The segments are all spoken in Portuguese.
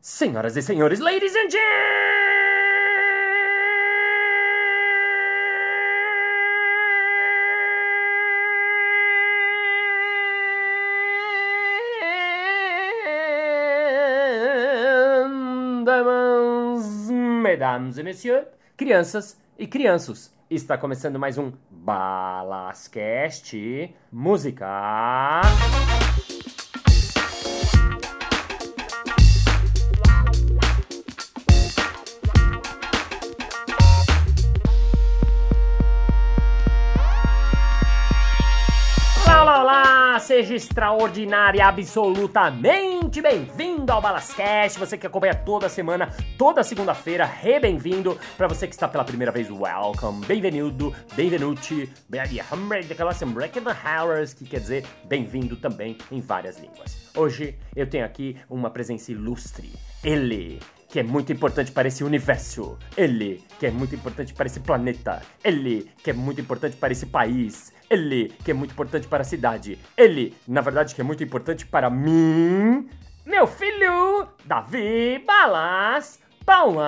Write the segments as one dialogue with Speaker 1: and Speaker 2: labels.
Speaker 1: Senhoras e senhores, ladies and gentlemen, mesdames e messieurs, crianças e crianças, está começando mais um Balascast Música. Olá, olá, olá! Seja extraordinária, absolutamente bem-vindo ao Balascast. Você que acompanha toda semana, toda segunda-feira, re bem-vindo. Pra você que está pela primeira vez, welcome, bem-vindo, benvenuti, hours, que quer dizer bem-vindo também em várias línguas. Hoje eu tenho aqui uma presença ilustre. Ele, que é muito importante para esse universo. Ele, que é muito importante para esse planeta. Ele, que é muito importante para esse país. Ele, que é muito importante para a cidade. Ele, na verdade, que é muito importante para mim. Meu filho, Davi Balas Palmas.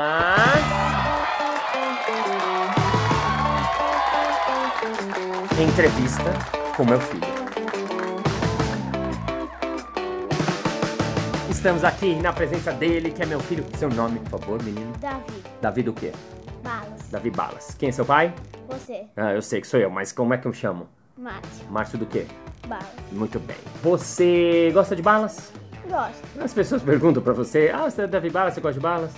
Speaker 1: Entrevista com meu filho. Estamos aqui na presença dele, que é meu filho. Seu nome, por favor, menino.
Speaker 2: Davi,
Speaker 1: Davi do quê?
Speaker 2: balas.
Speaker 1: Davi Balas. Quem é seu pai?
Speaker 2: Você,
Speaker 1: Ah, eu sei que sou eu, mas como é que eu chamo?
Speaker 2: Márcio,
Speaker 1: Márcio do quê?
Speaker 2: balas.
Speaker 1: Muito bem. Você gosta de balas?
Speaker 2: Gosto.
Speaker 1: As pessoas perguntam pra você, ah, você é Davi Balas, você gosta de balas?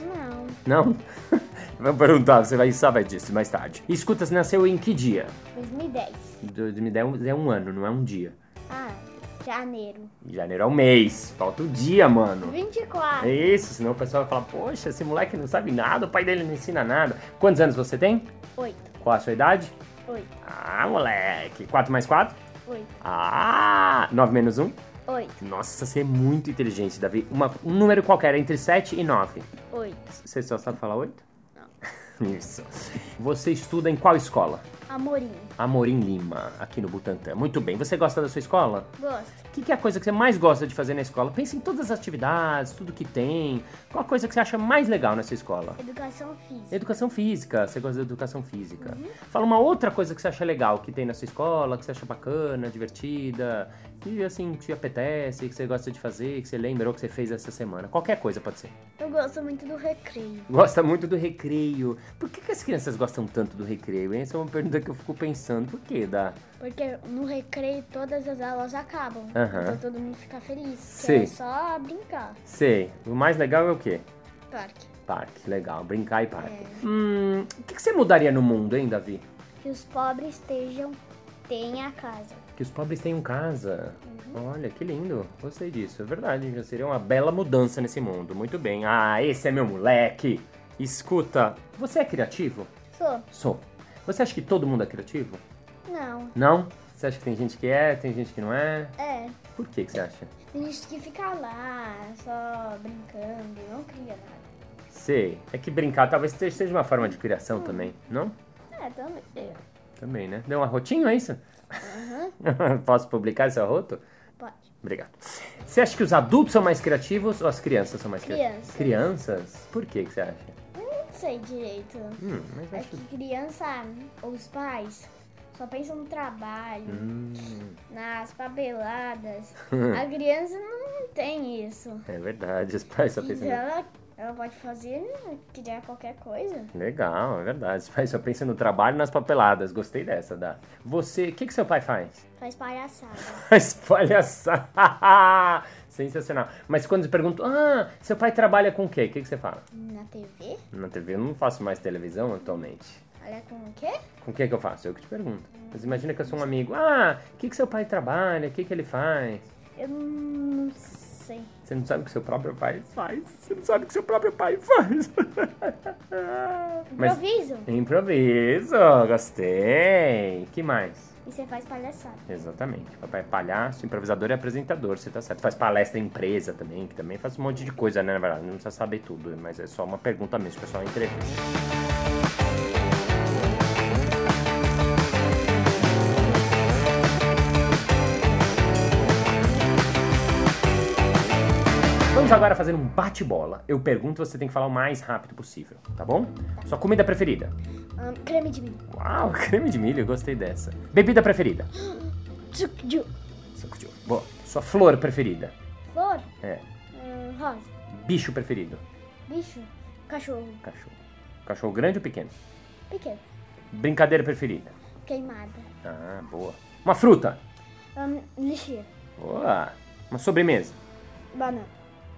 Speaker 2: Não,
Speaker 1: Não? Vão perguntar, você vai saber disso mais tarde. Escuta, você nasceu em que dia?
Speaker 2: 2010.
Speaker 1: Do- Me dá um, é um ano, não é um dia.
Speaker 2: Ah, janeiro.
Speaker 1: Janeiro é um mês, falta o dia, mano.
Speaker 2: 24.
Speaker 1: É isso, senão o pessoal vai falar, poxa, esse moleque não sabe nada, o pai dele não ensina nada. Quantos anos você tem?
Speaker 2: 8,
Speaker 1: Qual a sua idade?
Speaker 2: 8,
Speaker 1: Ah, moleque. 4 mais 4?
Speaker 2: 8,
Speaker 1: Ah, 9 menos 1?
Speaker 2: 8,
Speaker 1: Nossa, você é muito inteligente, Davi. Uma- um número qualquer, entre 7 e 9.
Speaker 2: 8.
Speaker 1: Você só sabe falar 8?
Speaker 2: Não.
Speaker 1: Isso. Você estuda em qual escola?
Speaker 2: Amorim,
Speaker 1: Amorim Lima, aqui no Butantã. Muito bem. Você gosta da sua escola?
Speaker 2: gosto.
Speaker 1: O que, que é a coisa que você mais gosta de fazer na escola? Pense em todas as atividades, tudo que tem. Qual a coisa que você acha mais legal na sua escola?
Speaker 2: Educação física.
Speaker 1: Educação física, você gosta de educação física. Fala uma outra coisa que você acha legal, que tem na sua escola, que você acha bacana, divertida, que assim te apetece, que você gosta de fazer, que você lembrou que você fez essa semana. Qualquer coisa pode ser.
Speaker 2: Eu gosto muito do recreio.
Speaker 1: Gosta muito do recreio. Por que, que as crianças gostam tanto do recreio? hein? Essa é uma pergunta que eu fico pensando. Por que, Dá?
Speaker 2: Porque no recreio todas as aulas acabam.
Speaker 1: Aham.
Speaker 2: Então todo mundo fica feliz.
Speaker 1: Sim.
Speaker 2: que É só brincar.
Speaker 1: Sei. O mais legal é o quê?
Speaker 2: Parque.
Speaker 1: Parque, legal. Brincar e parque. Hum, o que, que você mudaria no mundo, hein, Davi?
Speaker 2: Que os pobres estejam, tenha a casa.
Speaker 1: Que os pobres tenham casa. Olha, que lindo. Gostei disso. É verdade, já seria uma bela mudança nesse mundo. Muito bem. Ah, esse é meu moleque. Escuta, você é criativo?
Speaker 2: Sou?
Speaker 1: Sou. Você acha que todo mundo é criativo?
Speaker 2: Não.
Speaker 1: Não? Você acha que tem gente que é, tem gente que não é?
Speaker 2: É.
Speaker 1: Por que, que você acha?
Speaker 2: Tem gente que fica lá, só brincando, não cria nada.
Speaker 1: Sei. É que brincar talvez te- seja uma forma de criação também, não?
Speaker 2: É, também. É.
Speaker 1: Também, né? Deu um arrotinho, é isso?
Speaker 2: Aham,
Speaker 1: Posso publicar esse arroto?
Speaker 2: pode.
Speaker 1: Obrigado. Você acha que os adultos são mais criativos ou as crianças são mais criativas?
Speaker 2: Crianças.
Speaker 1: Crianças? Por que, que você acha?
Speaker 2: Não sei direito.
Speaker 1: Hum, mas
Speaker 2: É
Speaker 1: acho.
Speaker 2: que criança, os pais, só pensam no trabalho,
Speaker 1: Hum,
Speaker 2: nas papeladas. A criança não tem isso.
Speaker 1: é verdade, os pais só
Speaker 2: Então
Speaker 1: pensam. no-
Speaker 2: ela, ela pode fazer, né? criar qualquer coisa.
Speaker 1: Legal, é verdade. Os pais só pensam no trabalho e nas papeladas. Gostei dessa, Dá. Você. O que, que seu pai faz?
Speaker 2: Faz palhaçada.
Speaker 1: Faz palhaçada! Sensacional. Mas quando eu pergunto, ah, seu pai trabalha com o quê? O que, que você fala?
Speaker 2: Na TV,
Speaker 1: Na TV eu não faço mais televisão atualmente.
Speaker 2: olha é. com o quê?
Speaker 1: Com o que, que eu faço? Eu que te pergunto. Mas imagina que eu sou um amigo. Ah, o que, que seu pai trabalha? O que, que ele faz?
Speaker 2: Eu não sei.
Speaker 1: Você não sabe o que seu próprio pai faz. Você não sabe o que seu próprio pai faz. Mas
Speaker 2: Improviso
Speaker 1: improviso, gostei. Que mais?
Speaker 2: e você faz palhaçada.
Speaker 1: Exatamente. Papai é palhaço, improvisador e apresentador, você tá certo. Faz palestra em empresa também, que também faz um monte de coisa, né? Na verdade, não precisa saber tudo, mas é só uma pergunta mesmo, pessoal, entrevista. Vamos Vamos agora fazer um bate-bola. Eu pergunto, você tem que falar o mais rápido possível, tá bom? Sua comida preferida?
Speaker 2: Ahn, Ah, creme de milho.
Speaker 1: Uau, creme de milho, eu gostei dessa. Bebida preferida?
Speaker 2: Suco de
Speaker 1: Suco de uva. Boa. Sua flor preferida?
Speaker 2: flor.
Speaker 1: É.
Speaker 2: Ahn, Hum, rosa.
Speaker 1: Bicho preferido?
Speaker 2: Bicho. Cachorro.
Speaker 1: Cachorro. Cachorro grande ou pequeno?
Speaker 2: Pequeno.
Speaker 1: Brincadeira preferida?
Speaker 2: Queimada. um,
Speaker 1: Ah, boa. Uma fruta?
Speaker 2: Ahn, lixeira.
Speaker 1: Boa. Uma sobremesa?
Speaker 2: Banana.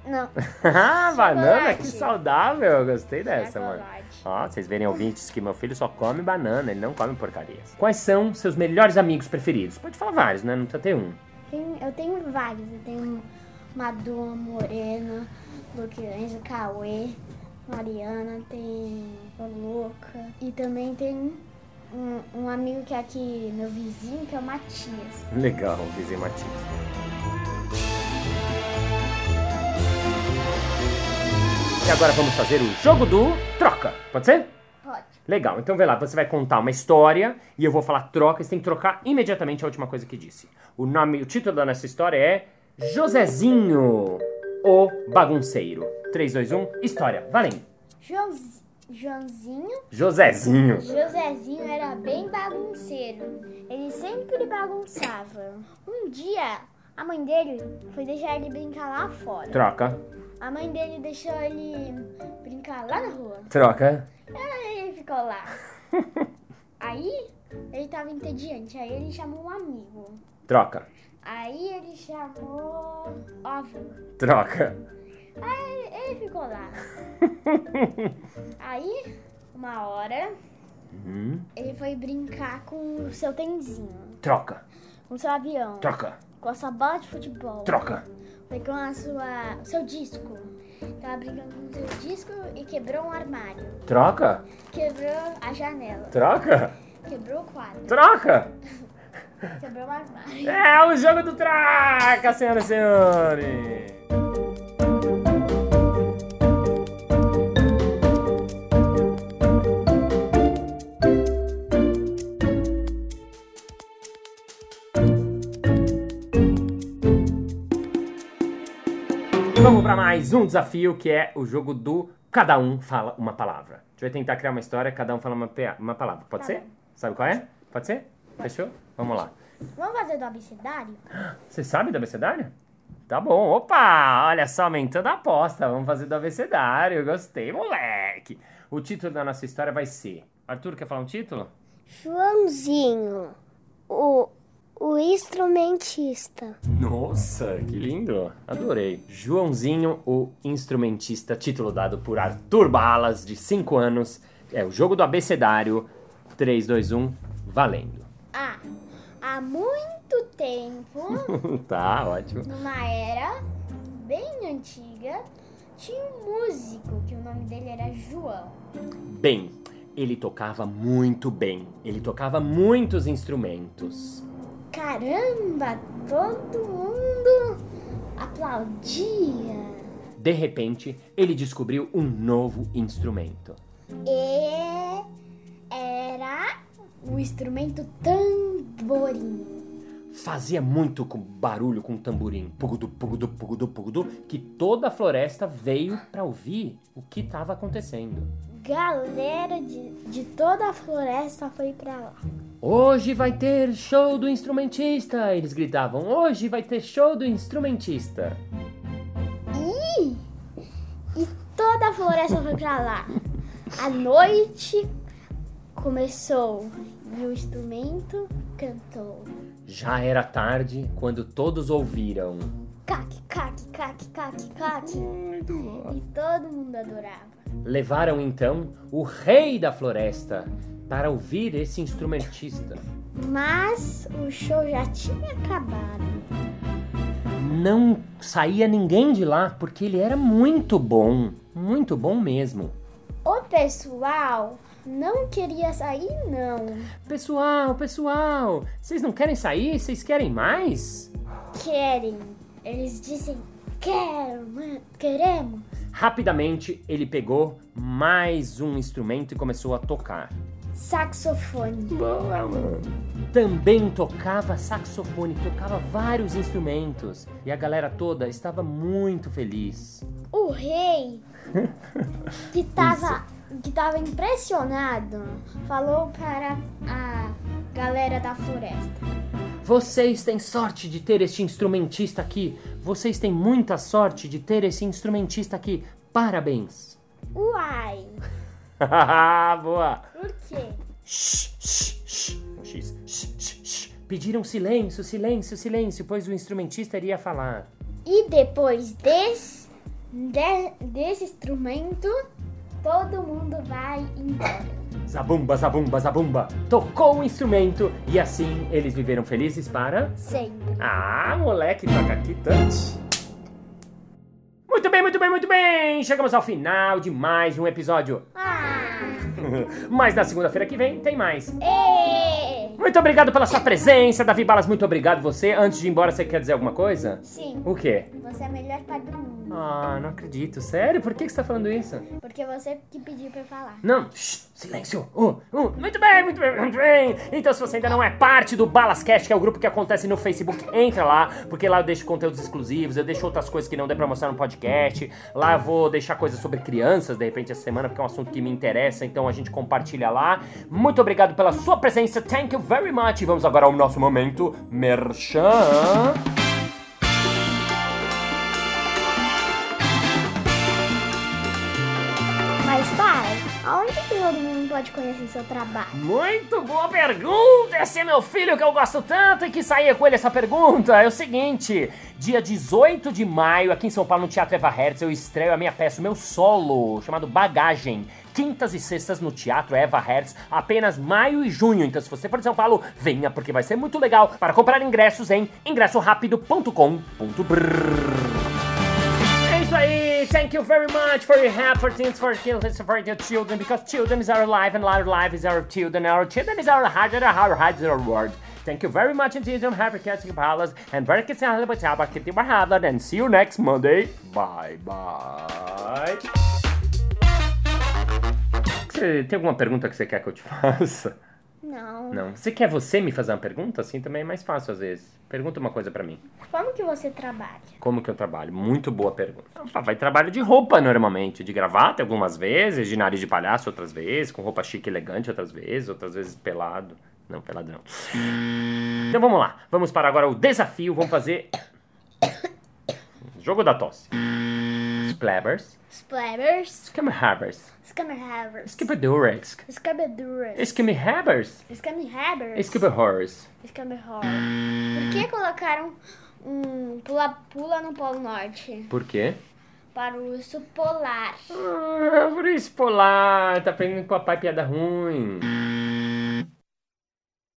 Speaker 2: Não.
Speaker 1: Ah, banana,
Speaker 2: Chocolate.
Speaker 1: que saudável. Eu Gostei dessa, mano.
Speaker 2: Chocolate.
Speaker 1: Ó, vocês verem ouvintes que meu filho só come banana, ele não come porcarias. Quais são seus melhores amigos preferidos? Pode falar vários, né? Não precisa ter um.
Speaker 2: Tem- eu tenho vários. Eu tenho Madua, Morena, Luquirange, Cauê, Mariana, tem o Luca. E também tem um, um amigo que é aqui, meu vizinho, que é o Matias.
Speaker 1: Legal, vizinho Matias. E agora vamos fazer o jogo do troca. Pode ser?
Speaker 2: Pode.
Speaker 1: Legal, então vai lá, você vai contar uma história e eu vou falar troca, você tem que trocar imediatamente a última coisa que disse. O nome, o título da nossa história é Josézinho, o bagunceiro. 3, 2, 1, história, valendo.
Speaker 2: Jos- Joãozinho,
Speaker 1: Josézinho.
Speaker 2: Josézinho era bem bagunceiro. Ele sempre bagunçava. Um dia, a mãe dele foi deixar ele brincar lá fora.
Speaker 1: Troca,
Speaker 2: A mãe dele deixou ele brincar lá na rua.
Speaker 1: troca.
Speaker 2: Aí ele ficou lá. Aí ele tava entediante, aí ele chamou um amigo.
Speaker 1: Troca,
Speaker 2: Aí ele chamou o avô.
Speaker 1: troca.
Speaker 2: Aí ele, ele ficou lá. Aí, uma hora,
Speaker 1: Hum,
Speaker 2: ele foi brincar com o seu tenzinho,
Speaker 1: troca,
Speaker 2: com o seu avião,
Speaker 1: troca,
Speaker 2: com a sua bola de futebol,
Speaker 1: troca.
Speaker 2: foi com a sua, o seu disco. Tava brincando com o seu disco e quebrou um armário,
Speaker 1: Troca,
Speaker 2: quebrou a janela,
Speaker 1: troca,
Speaker 2: quebrou o quadro,
Speaker 1: troca.
Speaker 2: quebrou o armário.
Speaker 1: É o jogo do Traca, senhoras e senhores! E vamos para mais um desafio que é o jogo do cada um fala uma palavra. A gente vai tentar criar uma história, cada um fala uma, pea- uma palavra. Pode
Speaker 2: Tá
Speaker 1: ser?
Speaker 2: bom.
Speaker 1: Sabe qual é? Pode ser? Fechou? Vamos lá.
Speaker 2: Vamos fazer do abecedário?
Speaker 1: Você sabe do abecedário? Tá bom, opa! Olha só, aumentando a aposta. Vamos fazer do abecedário. Gostei, moleque! O título da nossa história vai ser. Arthur, quer falar um título?
Speaker 2: Joãozinho, o, o instrumentista.
Speaker 1: Nossa, que lindo! Adorei. Joãozinho, o instrumentista, título dado por Arthur Balas, de 5 anos. É o jogo do abecedário. 3, 2, 1, valendo.
Speaker 2: Ah, há muito tempo,
Speaker 1: tá, ótimo.
Speaker 2: numa era bem antiga, tinha um músico que o nome dele era João.
Speaker 1: Bem, ele tocava muito bem. Ele tocava muitos instrumentos.
Speaker 2: Caramba, todo mundo aplaudia.
Speaker 1: De repente, ele descobriu um novo instrumento.
Speaker 2: E era o instrumento tamborim.
Speaker 1: Fazia muito com- barulho com o tamborim, pugudu, pugudu, pugudu, pugudu, que toda a floresta veio para ouvir o que estava acontecendo.
Speaker 2: Galera de, de toda a floresta foi pra lá.
Speaker 1: Hoje vai ter show do instrumentista, eles gritavam. Hoje vai ter show do instrumentista.
Speaker 2: E toda a floresta foi pra lá. A noite começou e o instrumento cantou.
Speaker 1: Já era tarde quando todos ouviram.
Speaker 2: Cac, cac, cac, cac, cac. E todo mundo adorava.
Speaker 1: Levaram então o rei da floresta para ouvir esse instrumentista.
Speaker 2: Mas o show já tinha acabado.
Speaker 1: não saía ninguém de lá porque ele era muito bom, muito bom mesmo.
Speaker 2: O pessoal não queria sair, não.
Speaker 1: Pessoal, pessoal, vocês não querem sair? Vocês querem mais?
Speaker 2: Querem. Eles dizem, quero, mano, queremos.
Speaker 1: Rapidamente ele pegou mais um instrumento e começou a tocar.
Speaker 2: Saxofone.
Speaker 1: também tocava saxofone, tocava vários instrumentos. E a galera toda estava muito feliz.
Speaker 2: O rei, que tava, que tava impressionado, falou para a galera da floresta.
Speaker 1: Vocês têm sorte de ter este instrumentista aqui. Vocês têm muita sorte de ter esse instrumentista aqui. Parabéns.
Speaker 2: Uai,
Speaker 1: Boa.
Speaker 2: por quê?
Speaker 1: Shh, shh, shh. Um X. Shh, shh, shh. Pediram silêncio, silêncio, silêncio, pois o instrumentista iria falar.
Speaker 2: E depois des, de- desse instrumento, todo mundo vai embora.
Speaker 1: Zabumba, zabumba, zabumba. Tocou o instrumento e assim eles viveram felizes para
Speaker 2: Sempre.
Speaker 1: Ah, moleque, toca aqui tanto. Muito bem, muito bem, muito bem! Chegamos ao final de mais um episódio.
Speaker 2: Ah!
Speaker 1: Mas na segunda-feira que vem tem mais.
Speaker 2: Ê!
Speaker 1: Muito obrigado pela sua presença, Davi Balas. Muito obrigado você. Antes de ir embora, você quer dizer alguma coisa?
Speaker 2: Sim,
Speaker 1: O quê?
Speaker 2: você é o melhor pai do mundo.
Speaker 1: Ah, não acredito. Sério? Por que que você tá falando isso?
Speaker 2: Porque você que pediu pra eu falar.
Speaker 1: Não, shh, silêncio. Uh, uh, muito bem, muito bem, muito bem. Então, se você ainda não é parte do Balascast, que é o grupo que acontece no Facebook, entra lá, porque lá eu deixo conteúdos exclusivos, eu deixo outras coisas que não dê pra mostrar no podcast. Lá eu vou deixar coisas sobre crianças, de repente, essa semana, porque é um assunto que me interessa, então a gente compartilha lá. Muito obrigado pela sua presença. Thank you very much. E vamos agora ao nosso momento merchan.
Speaker 2: Mas pai, aonde que todo mundo pode conhecer seu trabalho?
Speaker 1: Muito boa pergunta! Esse é meu filho que eu gosto tanto e que saía com ele essa pergunta. É o seguinte: dia 18 de maio, aqui em São Paulo, no Teatro Eva Hertz, eu estreio a minha peça, o meu solo, chamado Bagagem. Quintas e sextas no Teatro Eva Hertz, apenas maio e junho. Então, se você for de São Paulo, venha, porque vai ser muito legal. Para comprar ingressos em ingressorapido.com.br. É isso aí! Thank you very much for your help, for things, for kids, for your children, because children is our life and our life is our children. Our children is our heart and our heart is our world. Thank you very much indeed on Happy Casting Palace and very kids and Kitty Bahadan and see you next Monday. Bye bye. Você tem alguma pergunta que você quer que eu te faça?
Speaker 2: Não.
Speaker 1: Não. Você quer você me fazer uma pergunta? Assim também é mais fácil às vezes. Pergunta uma coisa pra mim.
Speaker 2: Como que você trabalha?
Speaker 1: Como que eu trabalho? Muito boa pergunta. Ah, Vai trabalho de roupa normalmente, de gravata algumas vezes, de nariz de palhaço outras vezes, com roupa chique e elegante outras vezes, outras vezes pelado. Não, pelado não. Então vamos lá, vamos para agora o desafio, vamos fazer. Jogo da tosse. Splabbers,
Speaker 2: Splabbers,
Speaker 1: Scamhabbers,
Speaker 2: Scammerhavers,
Speaker 1: Skippedurex,
Speaker 2: Scabeduras,
Speaker 1: Skimhabbers,
Speaker 2: Scammerhavers,
Speaker 1: Skipperhorrors.
Speaker 2: Scammerhor. é Por que colocaram um pula-pula no Polo Norte?
Speaker 1: Por quê?
Speaker 2: Para o urso polar.
Speaker 1: Ah, por isso, polar, tá aprendendo com a pai piada ruim.